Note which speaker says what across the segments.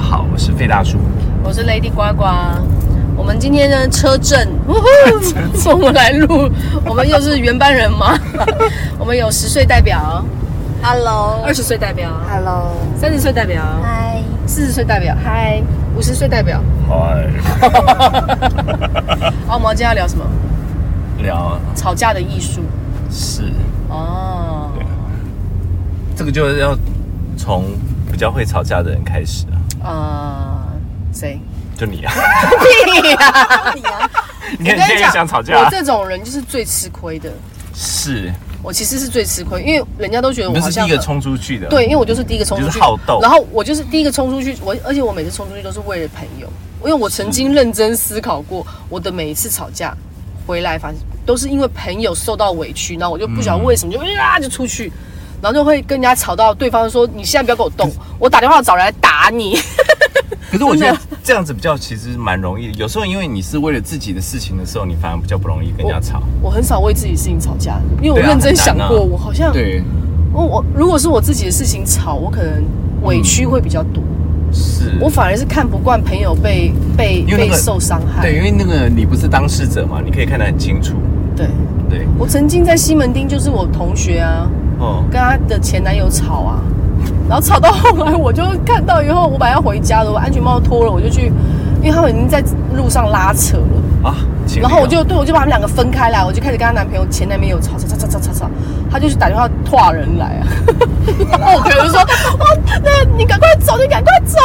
Speaker 1: K 大叔，
Speaker 2: 我是 Lady 呱呱。我们今天呢，车震，呜呼我们来录，我们又是原班人马。我们有十岁代表，
Speaker 3: Hello，
Speaker 2: 二十岁代表，
Speaker 3: Hello，
Speaker 2: 三十岁代表，
Speaker 3: 嗨
Speaker 2: 四十岁代表，
Speaker 3: 嗨，
Speaker 2: 五十岁代表。
Speaker 1: 嗨，
Speaker 2: 哦，我们今天要聊什么？
Speaker 1: 聊啊
Speaker 2: 吵架的艺术。
Speaker 1: 是
Speaker 2: 哦，
Speaker 1: 这个就是要从比较会吵架的人开始啊，
Speaker 2: 呃，谁？
Speaker 1: 就 你啊，
Speaker 2: 屁呀！
Speaker 3: 啊
Speaker 1: 你看你现在又想吵架啊
Speaker 2: 我，这种人就是最吃亏的。
Speaker 1: 是
Speaker 2: 我其实是最吃亏，因为人家都觉得
Speaker 1: 你
Speaker 2: 我
Speaker 1: 就
Speaker 2: 好
Speaker 1: 是
Speaker 2: 像
Speaker 1: 第一个
Speaker 2: 很
Speaker 1: 冲出去的，
Speaker 2: 对，因为我就是第一个冲出去，
Speaker 1: 就是好斗
Speaker 2: 然后我就是第一个冲出去，我而且我每次冲出去都是为了朋友，因为我曾经认真思考过，我的每一次吵架回来，反正都是因为朋友受到委屈，然后我就不晓得
Speaker 1: 嗯
Speaker 2: 为什么就啊就出去，然后就会跟人家吵到对方说你现在不要给我动，我打电话找人来打你。
Speaker 1: 可是我觉得这样子比较其实蛮容易的，有时候因为你是为了自己的事情的时候，你反而比较不容易跟人家吵。
Speaker 2: 我很少为自己的事情吵架，因为我
Speaker 1: 对啊
Speaker 2: 认真想
Speaker 1: 很难啊
Speaker 2: 过，我好像
Speaker 1: 对，
Speaker 2: 我我如果是我自己的事情吵，我可能
Speaker 1: 嗯
Speaker 2: 委屈会比较多，
Speaker 1: 是
Speaker 2: 我反而是看不惯朋友被被
Speaker 1: 因为那
Speaker 2: 被
Speaker 1: 个
Speaker 2: 受伤害。
Speaker 1: 对，因为那个你不是当事者嘛，你可以看得很清楚。
Speaker 2: 对
Speaker 1: 对，
Speaker 2: 我曾经在西门町，就是我同学啊，
Speaker 1: 哦，
Speaker 2: 跟她的前男友吵啊，然后吵到后来，我就看到以后，我本来要回家的，我安全帽脱了，我就去，因为他们已经在路上拉扯了，
Speaker 1: 啊，请
Speaker 2: 然后我
Speaker 1: 你啊
Speaker 2: 就对我就把他们两个分开来，我就开始跟她男朋友前男朋友吵吵吵吵吵吵吵，她就去打电话跨人来啊，然后我朋友就说，哇，那你赶快走，你赶快走，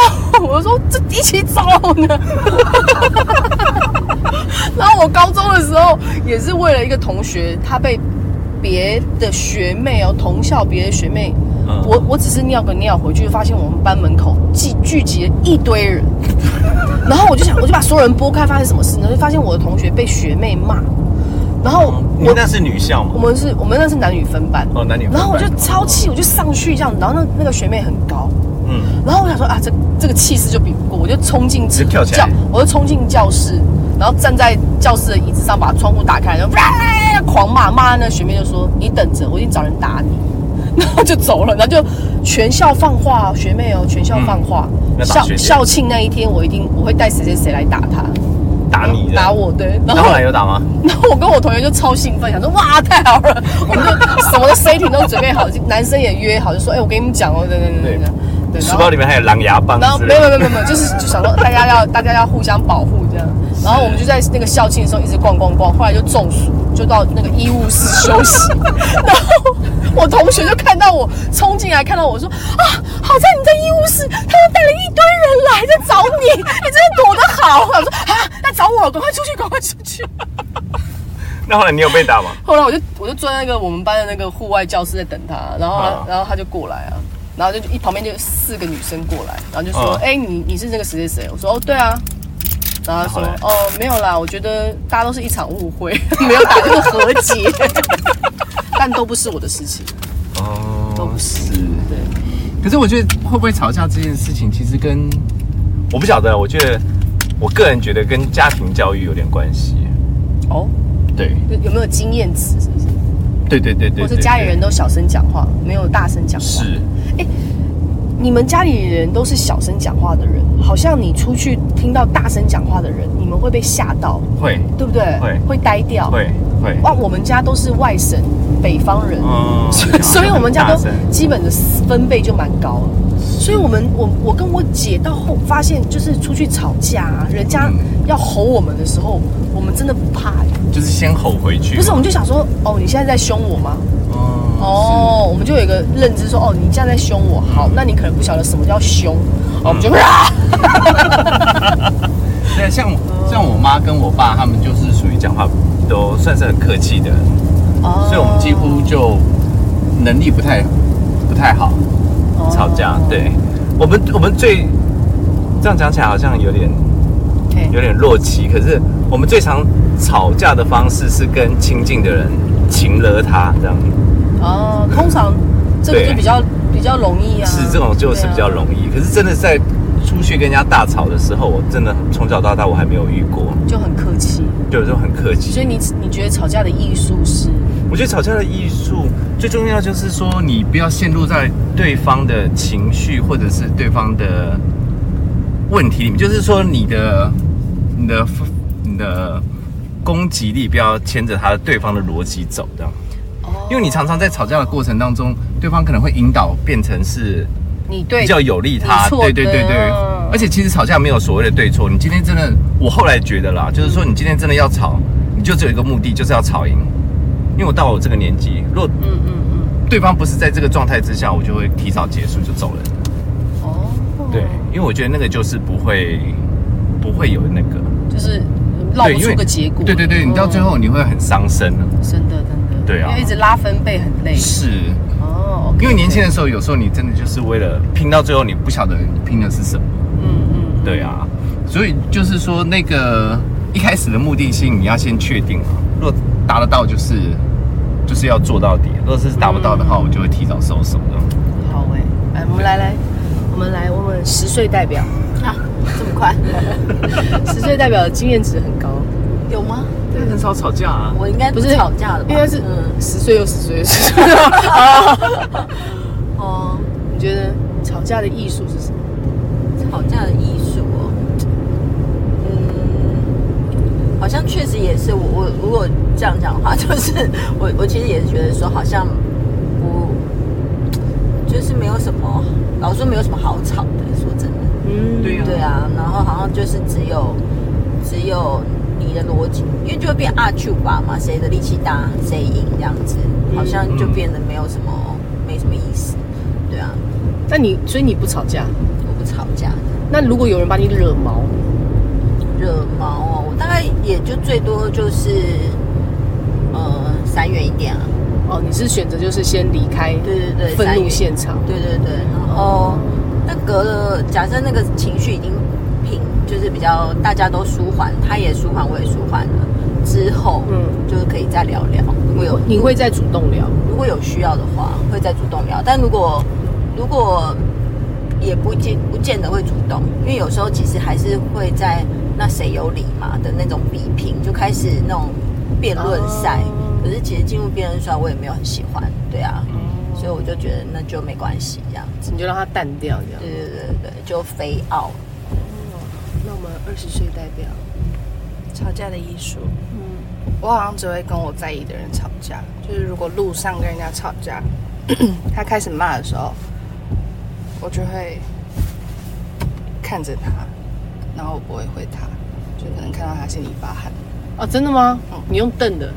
Speaker 2: 我说这一起走呢。 然后我高中的时候也是为了一个同学，他被别的学妹哦，同校别的学妹，
Speaker 1: 嗯
Speaker 2: 我我只是尿个尿回去，发现我们班门口聚聚集了一堆人，然后我就想，我就把所有人拨开，发现什么事呢？就发现我的同学被学妹骂，然后
Speaker 1: 哦你
Speaker 2: 我
Speaker 1: 们那是女校
Speaker 2: 我
Speaker 1: 嘛？
Speaker 2: 们是我们那是男女分班，
Speaker 1: 哦，男女。
Speaker 2: 然后我就，超气，我就上去这样，然后那那个学妹很高，
Speaker 1: 嗯，
Speaker 2: 然后我想说啊，这这个气势就比不过，我就冲进
Speaker 1: 就跳起来
Speaker 2: 教，我就冲进教室，然后站在教室的椅子上，把窗户打开，然后、啊、狂骂，骂那学妹就说：“你等着，我一定找人打你。”然 后就走了，然后就全校放话，学妹哦，全校放话，
Speaker 1: 要打
Speaker 2: 校
Speaker 1: 嗯学姐
Speaker 2: 校庆那一天，我一定我会带谁谁谁来打他，
Speaker 1: 打你的。
Speaker 2: 打。我对，然
Speaker 1: 那
Speaker 2: 后
Speaker 1: 后来有打吗？
Speaker 2: 然后我跟我同学就超兴奋，想说哇太好了，我们就什么的 setting 都准备好，男生也约好，就说哎、我跟你们讲哦，等等等等，对，然
Speaker 1: 书
Speaker 2: 后
Speaker 1: 包里面还有狼牙棒
Speaker 2: 然后
Speaker 1: 之
Speaker 2: 没
Speaker 1: 类
Speaker 2: 有
Speaker 1: 的。
Speaker 2: 没有没有没有，就是就想说大家要大家要互相保护这样。然后我们就在那个校庆的时候一直逛逛逛，后来就中暑，就到那个医务室休息。然后我同学就看到我冲进来，看到我说啊，好在你在医务室，他们带了一堆人来在找你，你真的躲得好。我说啊，来找我，赶快出去，赶快出去。
Speaker 1: 那后来你有被打吗？
Speaker 2: 后来我就我就坐在那个我们班的那个户外教室在等他，然后他、
Speaker 1: 啊
Speaker 2: 然后他就过来啊，然后就一旁边就四个女生过来，然后就说
Speaker 1: 啊：“
Speaker 2: 哎、你你是那个谁谁谁？”我说：“哦，对啊。”然后他说
Speaker 1: 然：“后
Speaker 2: 哦，没有啦，我觉得大家都是一场误会， 没有打这个和解， 但都不是我的事情。
Speaker 1: 哦，是。
Speaker 2: 对，
Speaker 1: 可是我觉得会不会吵架这件事情，其实跟我不晓得，我觉得我个人觉得跟家庭教育有点关系。
Speaker 2: 哦，
Speaker 1: 对，
Speaker 2: 有没有经验值？是不是？
Speaker 1: 对对对对。
Speaker 2: 或是
Speaker 1: 对
Speaker 2: 家里人都小声讲话，没有大声讲话？
Speaker 1: 是
Speaker 2: 你们家里人都是小声讲话的人，好像你出去听到大声讲话的人，你们会被吓到。”
Speaker 1: 会
Speaker 2: 对不对？
Speaker 1: 会
Speaker 2: 会呆掉。
Speaker 1: 会会。
Speaker 2: 哇，我们家都是外省北方人，
Speaker 1: 嗯
Speaker 2: 所以所以我们家
Speaker 1: 大
Speaker 2: 都
Speaker 1: 声
Speaker 2: 基本的分贝就蛮高了。所以我们我我跟我姐到后发现，就是出去吵架、啊，人家
Speaker 1: 嗯
Speaker 2: 要吼我们的时候，我们真的不怕、欸。
Speaker 1: 就是先吼回去。
Speaker 2: 不是，我们就想说，哦，你现在在凶我吗？
Speaker 1: 哦，
Speaker 2: 哦，我们就有一个认知说，哦，你现在在凶我，
Speaker 1: 嗯
Speaker 2: 好，那你可能不晓得什么叫凶，哦我们 就啊，
Speaker 1: 是对，像我像我妈跟我爸他们就是属于讲话都算是很客气的，
Speaker 2: 哦
Speaker 1: 所以我们几乎就能力不太不太好
Speaker 2: 哦
Speaker 1: 吵架。，对，我们我们最这样讲起来好像有点
Speaker 2: 嘿
Speaker 1: 有点落奇，可是我们最常吵架的方式是跟亲近的人情了他这样，
Speaker 2: 哦，通常这个
Speaker 1: 对
Speaker 2: 就比较比较容易啊。
Speaker 1: 是这种就是比较容易。可是真的在出去跟人家大吵的时候，我真的从小到大我还没有遇过，
Speaker 2: 啊易，就很客气。
Speaker 1: 就是说很客气。
Speaker 2: 所以你你觉得吵架的艺术是
Speaker 1: 我觉得吵架的艺术最重要就是说，你不要陷入在对方的情绪或者是对方的问题里面，就是说你的、你的、你的攻击力不要牵着他对方的逻辑走，这样。
Speaker 2: 哦
Speaker 1: 因为你常常在吵架的过程当中，对方可能会引导变成是
Speaker 2: 你对
Speaker 1: 比较有利他，
Speaker 2: 你错
Speaker 1: 对对对对
Speaker 2: 嗯。
Speaker 1: 而且其实吵架没有所谓的对错，你今天真的，我后来觉得啦，就是说你今天真的要吵，你就只有一个目的，就是要吵赢。因为我到我这个年纪，如果
Speaker 2: 嗯嗯嗯，
Speaker 1: 对方不是在这个状态之下，我就会提早结束就走人。
Speaker 2: 哦，
Speaker 1: 对，因为我觉得那个就是不会不会有那个，
Speaker 2: 就是闹
Speaker 1: 对
Speaker 2: 不
Speaker 1: 因
Speaker 2: 出
Speaker 1: 为
Speaker 2: 个结果。
Speaker 1: 对对对，你到最
Speaker 2: 嗯
Speaker 1: 后你会很伤身的、
Speaker 2: 真的真的，
Speaker 1: 对啊
Speaker 2: 因为一直拉分贝很累。
Speaker 1: 是，
Speaker 2: 哦，
Speaker 1: 因为年轻
Speaker 2: 人，
Speaker 1: 的时候，有时候你真的就是为了拼到最后，你不晓得你拼的是什么。
Speaker 2: 嗯嗯，
Speaker 1: 对啊，所以就是说那个一开始的目的性你要先确定啊，如果达得到就是就是要做到底，如果是达不到的
Speaker 2: 嗯
Speaker 1: 话，我就会提早收手的。
Speaker 2: 好哎，哎，我们来来，我们来问问十岁 代表，
Speaker 3: 啊，这么快？
Speaker 2: 十岁代表的经验值很高，
Speaker 3: 有吗？
Speaker 1: 但很少吵架啊，
Speaker 3: 我应该
Speaker 2: 不
Speaker 3: 不
Speaker 2: 是
Speaker 3: 是吵架的吧？
Speaker 2: 应该是
Speaker 3: 嗯
Speaker 2: 十岁又十岁又十岁。啊
Speaker 3: 哦，
Speaker 2: 你觉得吵架的艺术是什么？
Speaker 3: 吵架的艺术哦，嗯，好像确实也是我我如果这样讲的话，就是 我我其实也是觉得说好像不就是没有什么，老实说没有什么好吵的，说真的。
Speaker 2: 嗯
Speaker 1: 对啊
Speaker 3: 对啊，然后好像就是只有只有你的逻辑，因为就会变阿丘吧嘛，谁的力气大谁赢这样子，
Speaker 2: 嗯
Speaker 3: 好像就变得没有什么、没什么意思。对啊，
Speaker 2: 那你所以你不吵架？
Speaker 3: 我不吵架，
Speaker 2: 那如果有人把你惹毛，
Speaker 3: 惹毛哦，我大概也就最多就是呃闪远一点啊，
Speaker 2: 哦，你是选择就是先离开，
Speaker 3: 对对对，
Speaker 2: 愤
Speaker 3: 闪
Speaker 2: 怒
Speaker 3: 远
Speaker 2: 现场，
Speaker 3: 对对对，然后那隔了，假设那个情绪已经平，就是比较大家都舒缓，他也舒缓，我也舒缓了之后，
Speaker 2: 嗯
Speaker 3: 嗯，就是可以再聊聊。如果有
Speaker 2: 你会再主动聊，
Speaker 3: 如果有需要的话，会再主动聊。但如果如果也不见不见得会主动，因为有时候其实还是会在那谁有理嘛的那种比拼，就开始那种辩论赛。
Speaker 2: 哦
Speaker 3: 可是其实进入辩论赛，我也没有很喜欢，对啊，所以我就觉得那就没关系这样。
Speaker 2: 你就让他淡掉这样。
Speaker 3: 对对对对，对，就非傲。
Speaker 2: 那我们二十岁代表，
Speaker 4: 吵架的艺术。嗯，我好像只会跟我在意的人吵架，就是如果路上跟人家吵架， 他开始骂的时候，我就会看着他，然后我不会回他，就可能看到他心里发汗，
Speaker 2: 哦，真的吗
Speaker 4: 嗯？
Speaker 2: 你用瞪的，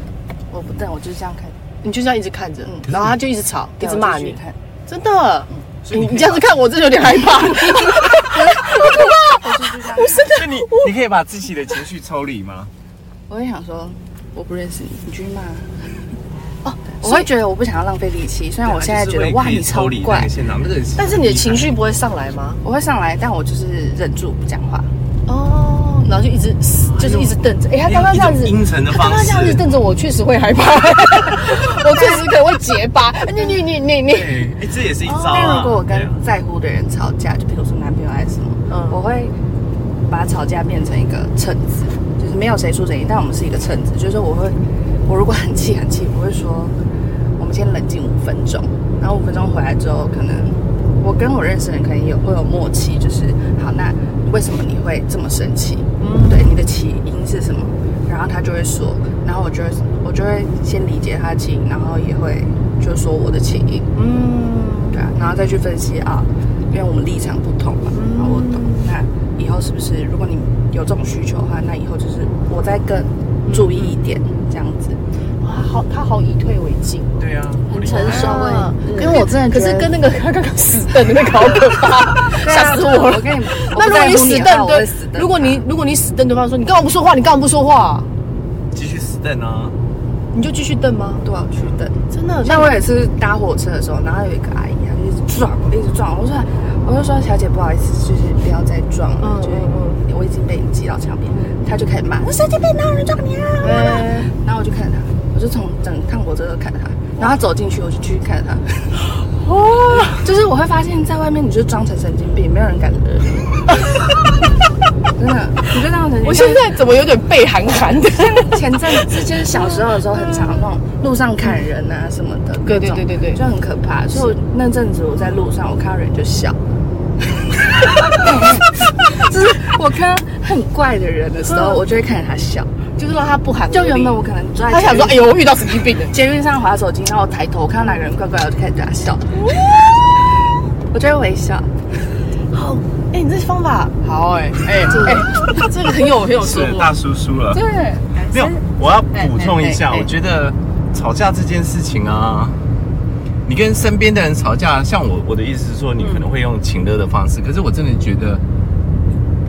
Speaker 4: 我不瞪，我就这样看，
Speaker 2: 你就这样一直看着
Speaker 4: 嗯，
Speaker 2: 然后他就一直吵，一直骂
Speaker 4: 对我就
Speaker 2: 你
Speaker 4: 继续，看，
Speaker 2: 真的。
Speaker 1: 所以
Speaker 2: 你
Speaker 1: 你可以
Speaker 2: 你这样子看我，真的有点害 怕。
Speaker 4: 我就这样看。
Speaker 1: 那你你可以把自己的情绪抽离吗？
Speaker 4: 我会想说，我不认识你，你去 骂。哦，
Speaker 1: 啊
Speaker 4: 我会觉得我不想要浪费力气，虽然我现在觉得
Speaker 1: 哎
Speaker 4: 哇你超怪，
Speaker 1: 现场那个，
Speaker 2: 但是你的情绪不会上来吗？
Speaker 4: 我会上来，但我就是忍住不讲话。
Speaker 2: 哦，然后就一直死
Speaker 1: 啊
Speaker 2: 就是一直瞪着。哎，他刚刚这样子，
Speaker 1: 阴沉的
Speaker 2: 他
Speaker 1: 方
Speaker 2: 刚刚
Speaker 1: 式，
Speaker 2: 这样子瞪着我，确实会害 怕。我确实可能会结巴。你你你你你，
Speaker 1: 对，哎，这也是一招
Speaker 2: 哦
Speaker 4: 那
Speaker 1: 啊。
Speaker 4: 如果我
Speaker 1: 对
Speaker 4: 跟
Speaker 1: 啊
Speaker 4: 在乎的人吵架，就比如说男朋友还是什么，
Speaker 2: 嗯
Speaker 4: 我会把吵架变成一个秤子，就是没有谁输谁赢，但我们是一个秤子，就是我会，我如果很气很气，我会说，我们先冷静五分钟，然后五分钟回来之后，可能我跟我认识的人可能有会有默契，就是好，那为什么你会这么生气？
Speaker 2: 嗯
Speaker 4: 对，你的起因是什么？然后他就会说，然后我就会我就会先理解他的起因，然后也会就说我的起因。
Speaker 2: 嗯，
Speaker 4: 对啊，然后再去分析啊，因为我们立场不同嘛，
Speaker 2: 嗯
Speaker 4: 然后我懂。那以后是不是，如果你有这种需求的话，那以后就是我再更注意一
Speaker 2: 嗯
Speaker 4: 点，这样子。
Speaker 2: 哇，好，他好以退为进。
Speaker 1: 对啊，我理解
Speaker 3: 很成熟
Speaker 2: 啊
Speaker 3: 嗯
Speaker 2: 因为我
Speaker 4: 可是真的
Speaker 2: 可
Speaker 4: 觉
Speaker 2: 是
Speaker 4: 得
Speaker 2: 跟那个 他刚刚死瞪的那个好可怕， 吓死我
Speaker 4: 我
Speaker 2: 了。
Speaker 4: 跟你， 啊
Speaker 2: 那如果你死瞪
Speaker 4: 对
Speaker 2: 对，，如果你如果你死瞪对方说你干嘛不说话，你干嘛不说话，
Speaker 1: 继续死瞪啊。
Speaker 2: 你就继续瞪吗？
Speaker 4: 多少去等。
Speaker 2: 真的？
Speaker 4: 那我也是搭火车的时候，然后有一个阿姨，她就一直撞，一直撞。我说，我就说小姐不好意思，就是不要再撞了，
Speaker 2: 嗯
Speaker 4: 就是
Speaker 2: 嗯
Speaker 4: 我已经被你挤到墙边。她就开始骂，我说神经病，哪有人撞你啊？
Speaker 2: 嗯
Speaker 4: 然后我就看着他，我就从整趟火车都看着他，然后他走进去，我就继续看着他。哦，就是我会发现，在外面你就装成神经病，没有人敢惹 你。真的，你就当成神经病。
Speaker 2: 我现在怎么有点背寒寒的？
Speaker 4: 前阵子就是小时候的时候，很常那种路上砍人啊什么的，
Speaker 2: 对
Speaker 4: 各种
Speaker 2: 对对对对
Speaker 4: 就很可怕。所以我那阵子我在路上，我看到人就笑。就是我看到很怪的人的时候，我就会看着他笑。
Speaker 2: 就是让他不寒而栗。
Speaker 4: 就原本我可能坐在
Speaker 2: 他想说，哎
Speaker 4: 捷运
Speaker 2: 呦，我遇到神经病了。
Speaker 4: 捷运上滑手机，然后我抬头我看到哪个人怪怪的，我就开始对他笑，我就会微笑。
Speaker 2: 好，哎、你这方法 好哎、哎、哎、这个很有很有收
Speaker 1: 是
Speaker 2: 获。
Speaker 1: 大叔叔了。
Speaker 2: 对，
Speaker 1: 没有，我要补充一下，
Speaker 4: 哎哎哎
Speaker 1: 我觉得吵架这件事情啊，你跟身边的人吵架，像我我的意思是说，你可能会用情勒的方式，可是我真的觉得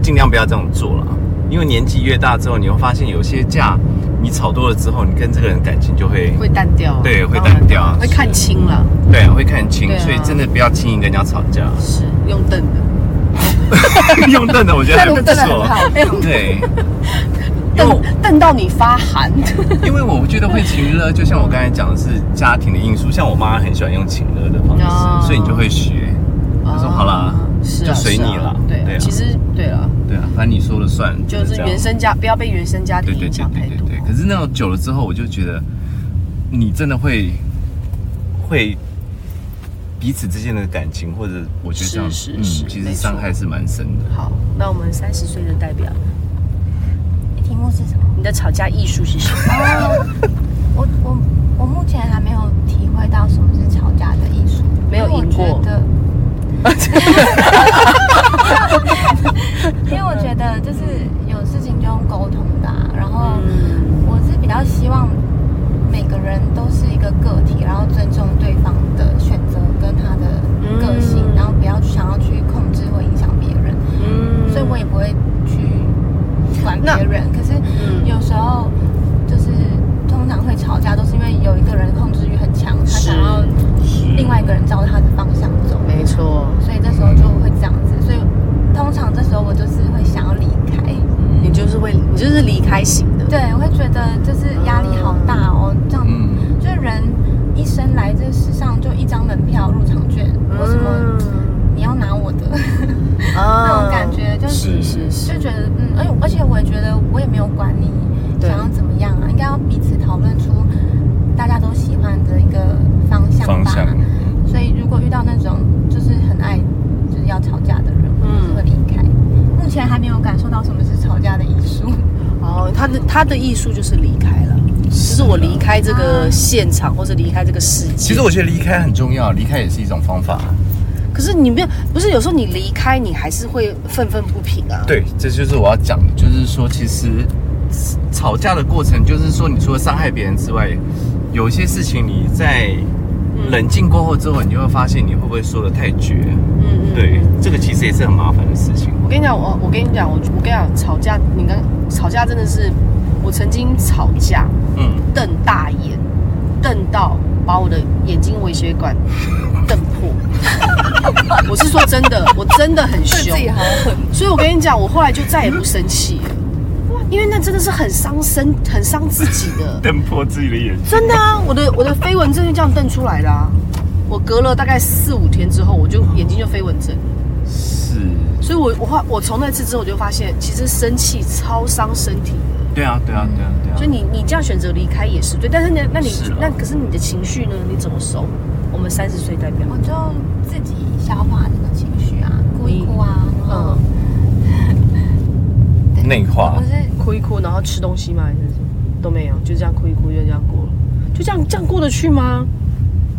Speaker 1: 尽量不要这样做了，因为年纪越大之后，你会发现有些架你吵多了之后，你跟这个人感情就会
Speaker 3: 会淡掉，
Speaker 1: 对会
Speaker 3: 当然
Speaker 1: 淡掉啊
Speaker 3: 会看清了，
Speaker 1: 对啊会看清，
Speaker 3: 对啊
Speaker 1: 所以真的不要轻易跟人家吵 架。
Speaker 3: 是用瞪的，
Speaker 1: 用瞪的我觉得还不
Speaker 4: 但真的很
Speaker 1: 错，
Speaker 4: 好，
Speaker 1: 对。
Speaker 2: 瞪瞪到你发寒。
Speaker 1: 因为我觉得会情勒，就像我刚才讲的是家庭的因素，像我妈很喜欢用情勒的方式，
Speaker 3: 哦
Speaker 1: 所以你就会学。她说
Speaker 3: 哦
Speaker 1: 好啦，
Speaker 3: 是啊
Speaker 1: 就随你
Speaker 3: 是啊
Speaker 1: 啦。
Speaker 3: 对
Speaker 1: 对
Speaker 3: 啊，
Speaker 1: 啊
Speaker 3: 其实对了，
Speaker 1: 对啊，反正你说了算，
Speaker 3: 就是
Speaker 1: 这样
Speaker 3: 原生家不要被原生家庭
Speaker 1: 对对
Speaker 3: 影
Speaker 1: 对
Speaker 3: 响太
Speaker 1: 对对
Speaker 3: 多
Speaker 1: 对。可是那种久了之后，我就觉得你真的会会彼此之间的感情，或者我觉得这样，
Speaker 3: 是是是
Speaker 1: 嗯，其
Speaker 3: 没
Speaker 1: 实
Speaker 3: 错
Speaker 1: 伤害是蛮深的。
Speaker 3: 好，那我们三十岁的代表，
Speaker 5: 题目是什么？
Speaker 3: 你的吵架艺术是什么？
Speaker 5: 哦，我我我目前还没有体会到什么是吵架的艺术，
Speaker 3: 没有赢过
Speaker 5: 因为我觉得因为我觉得就是有事情就用沟通的啊、然后
Speaker 2: 嗯
Speaker 3: 嗯
Speaker 5: 我是比较希望每个人都是一个个体，然后尊重对方的选择跟他的嗯个性，
Speaker 2: 嗯
Speaker 5: 然后不要想要去控制或影响别人。
Speaker 3: 嗯
Speaker 5: 所以我也不会去管别人。可是有时候就是通常会吵架，都是因为有一个人控制欲很强，他想要嗯另外一个人照他的方向走，
Speaker 3: 没错，
Speaker 5: 所以这时候就会这样子。所以通常这时候我就是会想要离开，
Speaker 3: 你就是会，你就是离开型的，
Speaker 5: 对，我会觉得就是压力好大哦，这样
Speaker 1: 嗯，
Speaker 5: 就是人一生来这世上就一张门票入场券，
Speaker 2: 嗯
Speaker 5: 为什么
Speaker 3: 嗯
Speaker 5: 你要拿我的？那种感觉，就是
Speaker 3: 是是
Speaker 5: 就觉得嗯，而且而且我也觉得我也没有管你
Speaker 3: 对
Speaker 5: 想要怎么样啊，应该要彼此讨论出大家都喜欢的一个方向吧。
Speaker 1: 方向。
Speaker 5: 所以如果遇到那种就是很爱就是要吵架的人，
Speaker 2: 嗯
Speaker 5: 我就是会离开。目前还没有感受到什么是吵架的艺术，
Speaker 3: 哦，他的他的艺术就是离开了，就是我离开这
Speaker 5: 啊
Speaker 3: 个现场或者离开这个世界。
Speaker 1: 其实我觉得离开很重要，离开也是一种方法。
Speaker 4: 可是你没有，不是有时候你离开，你还是会愤愤不平啊。
Speaker 1: 对，这就是我要讲的，就是说，其实吵架的过程，就是说，你除了伤害别人之外，有一些事情你在
Speaker 2: 嗯
Speaker 1: 冷静过后之后，你就会发现你会不会说的太绝。
Speaker 3: 嗯嗯
Speaker 1: 对，这个其实也是很麻烦的事情。
Speaker 2: 我跟你讲，我我跟你讲，我我跟你讲，吵架，你刚吵架真的是，我曾经吵架
Speaker 1: 嗯，
Speaker 2: 瞪大眼，瞪到把我的眼睛微血管 瞪破。 我是说真的，我真的很凶，所以我跟你讲，我后来就再也不生气了，因为那真的是很伤身、很伤自己的。
Speaker 1: 瞪破自己的眼睛。
Speaker 2: 真的啊，我的我的飞蚊症就这样瞪出来的啊。我隔了大概四五天之后，我就眼睛就飞蚊症，
Speaker 1: 是，
Speaker 2: 所以我我发我从那次之后我就发现，其实生气超伤身体，
Speaker 1: 对啊，对啊，对啊，对啊。
Speaker 2: 所以你你这样选择离开也是对，但是呢，那你
Speaker 1: 是啊
Speaker 2: 那可是你的情绪呢？你怎么收？我们三十岁代表，
Speaker 5: 我就自己消化那个情绪啊，哭一哭啊，然后
Speaker 2: 嗯，
Speaker 1: 内化
Speaker 5: 我是
Speaker 2: 哭一哭，然后吃东西吗？还是都没有，就这样哭一哭，就这样过了，就这样这样过得去吗？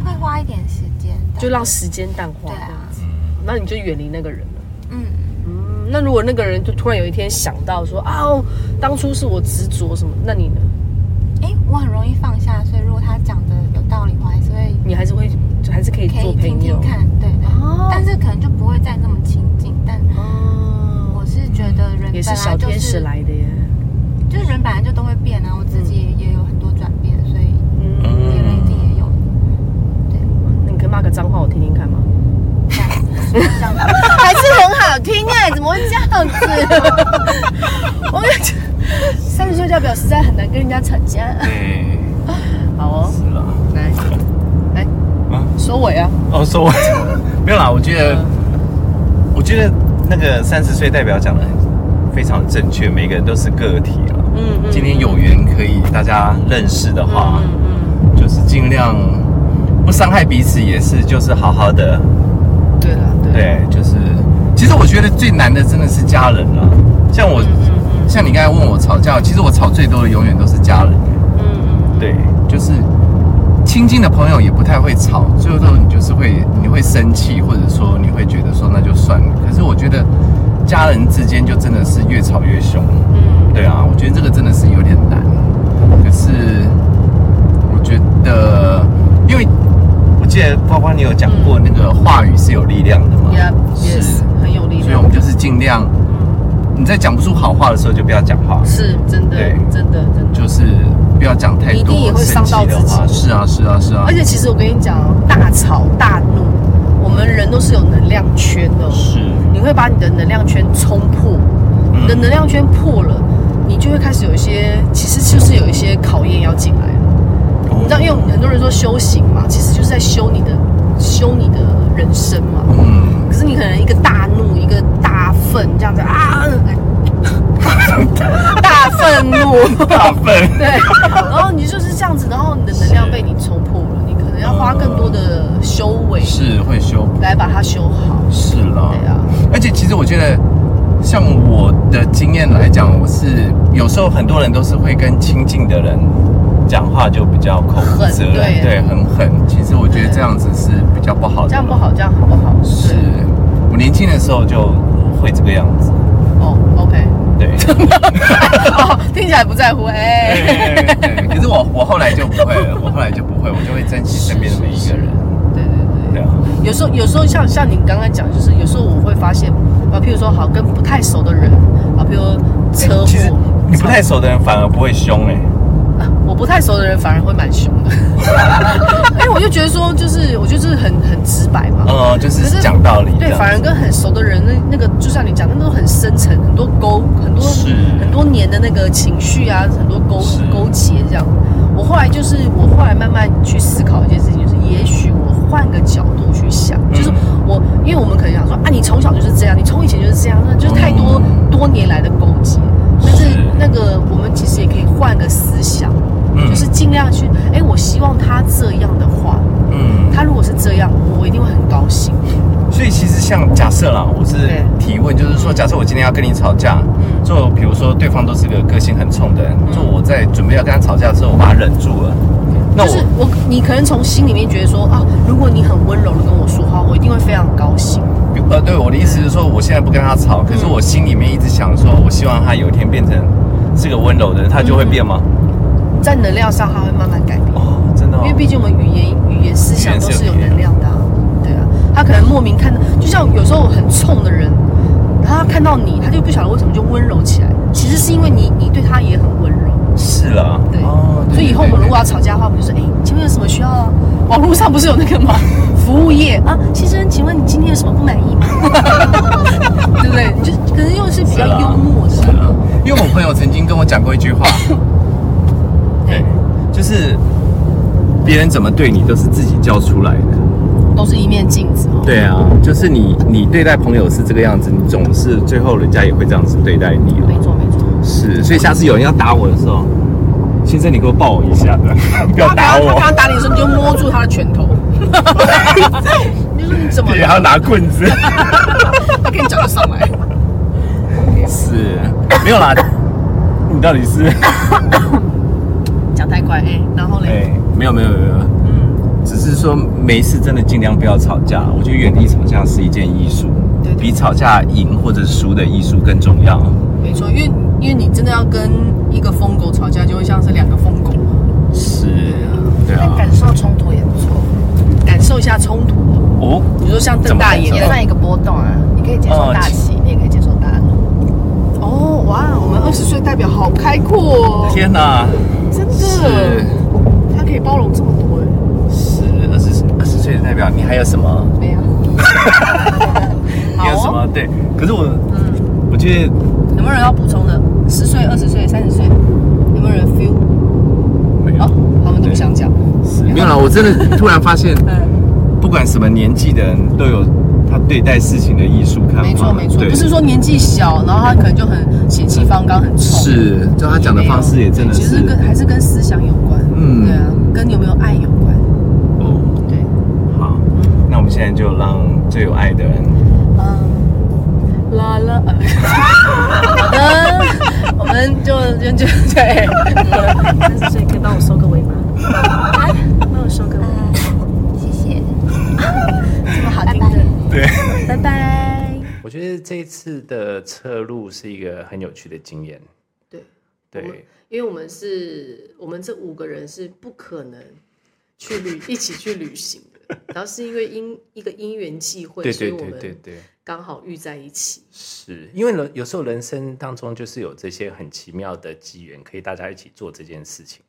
Speaker 5: 会花一点时间的，
Speaker 2: 就让时间淡化
Speaker 5: 对
Speaker 2: 这样
Speaker 5: 啊，
Speaker 2: 子，那你就远离那个人了。
Speaker 5: 嗯，
Speaker 2: 嗯，那如果那个人就突然有一天想到说啊，哦当初是我执着什么，那你呢？
Speaker 5: 哎、我很容易放下，所以如果他讲的有道理，我还是会
Speaker 2: 你还是会还是可以
Speaker 5: 可
Speaker 2: 做
Speaker 5: 以听
Speaker 2: 朋友
Speaker 5: 听。看，对对。
Speaker 2: 哦
Speaker 5: 但是可能就不会再那么亲近。但
Speaker 2: 哦，
Speaker 5: 我是觉得人
Speaker 2: 也
Speaker 5: 本
Speaker 2: 是小
Speaker 5: 来就
Speaker 2: 天使
Speaker 5: 是，
Speaker 2: 来的耶。
Speaker 5: 就是人本来就都会变啊。我自己也有很多转变，所以
Speaker 2: 嗯，
Speaker 5: 别人一定也有。
Speaker 2: 那你可以骂个脏话我听听看吗？
Speaker 5: 这 样子这样子
Speaker 4: 还是很好听哎、怎么会这样子？我跟你讲，三十岁代表实在很难跟人家吵架。
Speaker 1: 对，
Speaker 2: 好哦，
Speaker 1: 是了。
Speaker 2: 来来
Speaker 1: 啊
Speaker 2: 收尾啊。
Speaker 1: 哦，说完没有啦，我觉
Speaker 2: 嗯
Speaker 1: 得，我觉得那个三十岁代表讲的非常正确，每个人都是个体了。
Speaker 2: 嗯嗯
Speaker 1: 今天有缘可以大家认识的话，
Speaker 2: 嗯
Speaker 1: 就是尽量不伤害彼此，也是就是好好的，
Speaker 2: 对了，对。
Speaker 1: 对，就是其其实我觉得最难的真的是家人啊，像我，像你刚才问我吵架，其实我吵最多的永远都是家人。嗯，对，就是亲近的朋友也不太会吵，最后你就是会你会生气，或者说你会觉得说那就算了。可是我觉得家人之间就真的是越吵越凶。嗯，对啊，我觉得这个真的是有点难。可是我觉得，因为我记得呱呱你有讲过那个话语是有力量的嘛
Speaker 2: Yep,
Speaker 1: 是
Speaker 2: yes，很有力
Speaker 1: 所以我
Speaker 2: 量嗯
Speaker 1: 们，就是尽量，你在讲不出好话的时候就不要讲话，
Speaker 2: 是真的
Speaker 1: 对，
Speaker 2: 真的，真的。
Speaker 1: 就是不要讲太
Speaker 6: 一定也
Speaker 1: 多
Speaker 6: 会伤
Speaker 1: 生气
Speaker 6: 到
Speaker 1: 的
Speaker 6: 自己哎
Speaker 1: 话。是啊，是啊，是啊
Speaker 2: 而。且其实我跟你讲哦，大吵大怒，我们人都是有能量圈的哦，
Speaker 1: 是，嗯
Speaker 2: 你会把你的能量圈冲破，你的能量圈破了，你就会开始有一些，其实就是有一些考验要进来了。
Speaker 1: 哦
Speaker 2: 你知道，因为我们很多人说修行嘛，其实就是在修你的修你的人生嘛。
Speaker 1: 嗯，
Speaker 2: 可是你可能一个大怒，一个大愤，这样子啊，哎 大愤怒，
Speaker 1: 大笨，
Speaker 2: 对，然后你就是这样子，然后你的能量被你冲破了，你可能要花更多的修为
Speaker 1: 是会修，
Speaker 2: 来把它修好。
Speaker 1: 是了。
Speaker 2: 对啊，
Speaker 1: 而且其实我觉得，像我的经验来讲，我是有时候很多人都是会跟亲近的人讲话就比较口无
Speaker 2: 狠
Speaker 1: 遮拦，
Speaker 2: 对
Speaker 1: 对，很狠。其实我觉得这样子是比较不好的，
Speaker 2: 这样不好，这样好不好？
Speaker 1: 是我年轻的时候就会这个样子，
Speaker 2: 哦，OK，
Speaker 1: 对。
Speaker 2: 哦，听起来不在乎，哎、
Speaker 1: 对对，可是我我后来就不会了，我后来就不会，我就会珍惜身边的每一个人。
Speaker 2: 对对
Speaker 1: 对
Speaker 2: 对。
Speaker 1: 啊，
Speaker 2: 有时候，有时候像像你刚刚讲，就是有时候我会发现，啊，譬如说好跟不太熟的人，啊，譬如车祸，
Speaker 1: 其实你不太熟的人反而不会凶哎、
Speaker 2: 我不太熟的人反而会蛮凶的， 因为我就觉得说，就是我觉得这是很很直白嘛，
Speaker 1: 呃，就
Speaker 2: 可
Speaker 1: 是讲道理这
Speaker 2: 对，
Speaker 1: 样
Speaker 2: 反而跟很熟的人，那那个就像你讲，那都很深层，很多沟，很多
Speaker 1: 是
Speaker 2: 很多年的那个情绪啊，很多勾
Speaker 1: 是
Speaker 2: 勾结这样。我后来就是，我后来慢慢去思考一件事情，就是也许我换个角度去想，
Speaker 1: 嗯
Speaker 2: 就是我，因为我们可能想说啊，你从小就是这样，你从以前就是这样，那就是太多、
Speaker 1: 嗯
Speaker 2: 多年来的勾结。但是
Speaker 1: 是
Speaker 2: 那个我们其实也可以换个思想，
Speaker 1: 嗯
Speaker 2: 就是尽量去，哎，我希望他这样的话，
Speaker 1: 嗯，
Speaker 2: 他如果是这样，我一定会很高兴。
Speaker 1: 所以其实像假设啦，我是
Speaker 2: 对
Speaker 1: 提问，就是说，假设我今天要跟你吵架，就比如说对方都是个个性很冲的人，
Speaker 2: 嗯
Speaker 1: 就我在准备要跟他吵架的时候，我把他忍住了，那
Speaker 2: 就
Speaker 1: 我、
Speaker 2: 是我，你可能从心里面觉得说啊，如果你很温柔的跟我说话，我一定会非常高兴。
Speaker 1: 呃，对我的意思
Speaker 2: 嗯
Speaker 1: 是说，我现在不跟他吵，可是我心里面一直想说，我希望他有一天变成是个温柔的人，他就会变吗？
Speaker 2: 在能量上，它会慢慢改变，
Speaker 1: 哦，真的、哦，
Speaker 2: 嗯因为毕竟我们语言、语言、思想都是有能量的、啊，对啊。他可能莫名看到，就像有时候很冲的人，然后他看到你，他就不晓得为什么就温柔起来，其实是因为你，你对他也很温柔。
Speaker 1: 是啦，
Speaker 2: 对
Speaker 1: 哦，对
Speaker 2: 所以以后我们
Speaker 1: 对
Speaker 2: 如果要吵架的话，我们就说，哎，请问有什么需要？网络上不是有那个吗？服务业啊，先生，请问你今天有什么不满意吗？ 对不对？你就可能又是比较
Speaker 1: 是啦
Speaker 2: 幽默的
Speaker 1: 对。是啦因为我朋友曾经跟我讲过一句 话，对，就是别人怎么对你都是自己教出来的。
Speaker 2: 都是一面镜子哦。
Speaker 1: 对啊，就是你你对待朋友是这个样子，你总是最后人家也会这样子对待你哦了。
Speaker 2: 没错没错，
Speaker 1: 是，所以下次有人要打我的时候，先生你给我抱我一下的， 不要打
Speaker 2: 他
Speaker 1: 我
Speaker 2: 刚，刚打你的时候，你就摸住他的拳头， 你就说你怎么
Speaker 1: 也
Speaker 2: 了？
Speaker 1: 要拿棍子。
Speaker 2: 他跟你讲就上来。
Speaker 1: 是，没有啦， 你到底是？
Speaker 2: 讲太快哎，然后嘞，
Speaker 1: 哎，没有没有没有没有，
Speaker 2: 嗯
Speaker 1: 只是说没事，真的尽量不要吵架。我觉得远离吵架是一件艺术，
Speaker 2: 对对
Speaker 1: 比吵架赢或者输的艺术更重要。
Speaker 2: 没错，因为因为你真的要跟一个疯狗吵架，就会像是两个疯狗嘛，
Speaker 1: 是，对啊
Speaker 4: 但。感受冲突也不错，
Speaker 2: 感受一下冲突。
Speaker 1: 哦，
Speaker 2: 你说像
Speaker 1: 怎
Speaker 2: 瞪
Speaker 1: 么哦
Speaker 2: 大
Speaker 1: 感
Speaker 2: 眼
Speaker 1: 受
Speaker 4: 也算一个波动啊。你可以接受大喜，你也可以接受大怒。
Speaker 2: 哦，哇，我们二十岁代表好开阔哦，
Speaker 1: 天哪，
Speaker 2: 真
Speaker 1: 是
Speaker 2: 的，他可以包容这么多哎，
Speaker 1: 是二十二十岁的代表，你还有什么？
Speaker 2: 哦
Speaker 4: 没
Speaker 2: 啊
Speaker 4: 有，
Speaker 1: 你有什么？对，可是我，
Speaker 2: 嗯
Speaker 1: 我觉得
Speaker 2: 有没有人要补充的？十岁、二十岁、三十岁，有没有人 feel？哦
Speaker 1: 没有
Speaker 2: 好，他们都不想讲。
Speaker 1: 是没有啦，我真的突然发 现，
Speaker 2: 嗯
Speaker 1: 不管什么年纪的人都有他对待事情的艺术看法。
Speaker 2: 没错没错，
Speaker 1: 对
Speaker 2: 不是说年纪小，然后他可能就很血气方刚、很冲。
Speaker 1: 是，就他讲的方式也真的
Speaker 2: 其
Speaker 1: 是
Speaker 2: 实，跟还是跟思想有关。
Speaker 1: 嗯
Speaker 2: 对啊，跟有没有爱有关。
Speaker 1: 哦，
Speaker 2: 对，嗯
Speaker 1: 好，那我们现在就让最有爱的人
Speaker 4: 嗯，
Speaker 7: 啦啦，呃好的，我们就就就对，
Speaker 2: 三十岁可以帮我收个尾吗？帮我收个尾，
Speaker 5: 谢谢，
Speaker 2: 这么好听的，
Speaker 1: 对。
Speaker 2: 拜拜。
Speaker 1: 我觉得这一次的侧录是一个很有趣的经验。
Speaker 2: 对
Speaker 1: 对，
Speaker 2: 因为我们是，我们这五个人是不可能去旅一起去旅行的，然后是因为因一个因缘际会，
Speaker 1: 对
Speaker 2: 所
Speaker 1: 对
Speaker 2: 以我
Speaker 1: 对对
Speaker 2: 们
Speaker 1: 对，
Speaker 2: 刚好遇在一起。
Speaker 1: 是因为人有时候人生当中就是有这些很奇妙的机缘，可以大家一起做这件事情。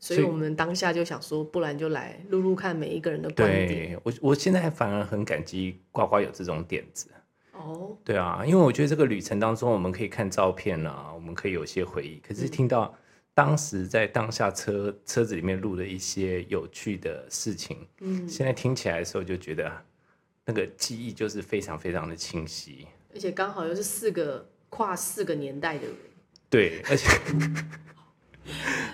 Speaker 2: 所
Speaker 1: 所
Speaker 2: 以
Speaker 1: 以
Speaker 2: 我们当下就想说，不然就来录录看每一个人的观点。
Speaker 1: 对我，我现在反而很感激呱呱有这种点子。
Speaker 2: 哦，
Speaker 1: 对啊，因为我觉得这个旅程当中，我们可以看照片啊，我们可以有一些回忆。可
Speaker 2: 嗯
Speaker 1: 是听到当时在当下车车子里面录的一些有趣的事情，
Speaker 2: 嗯，
Speaker 1: 现在听起来的时候就觉得那个记忆就是非常非常的清晰。
Speaker 2: 而且刚好又是四个跨四个年代的人，
Speaker 1: 对，而且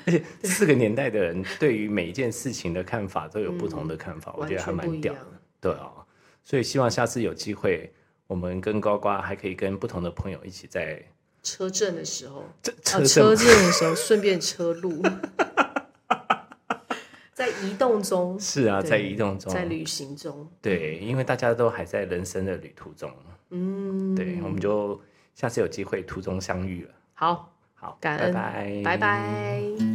Speaker 1: 而且四个年代的人对于每一件事情的看法都有不同的看法，我
Speaker 2: 嗯完
Speaker 1: 觉得还
Speaker 2: 全不
Speaker 1: 蛮
Speaker 2: 一
Speaker 1: 屌
Speaker 2: 样
Speaker 1: 的。。对啊、所以希望下次有机会，我们跟呱呱还可以跟不同的朋友一起在
Speaker 2: 车震的时候，
Speaker 1: 这
Speaker 2: 啊，
Speaker 1: 车
Speaker 2: 车
Speaker 1: 上
Speaker 2: 震的时候顺便车 路，在移动中，
Speaker 1: 是啊，
Speaker 2: 对
Speaker 1: 在移动中，
Speaker 2: 在旅行中，
Speaker 1: 对，因为大家都还在人生的旅途中，
Speaker 2: 嗯，
Speaker 1: 对，我们就下次有机会途中相遇了。
Speaker 2: 好，
Speaker 1: 好，
Speaker 2: 感
Speaker 1: 拜
Speaker 2: 恩
Speaker 1: 拜，
Speaker 2: 拜拜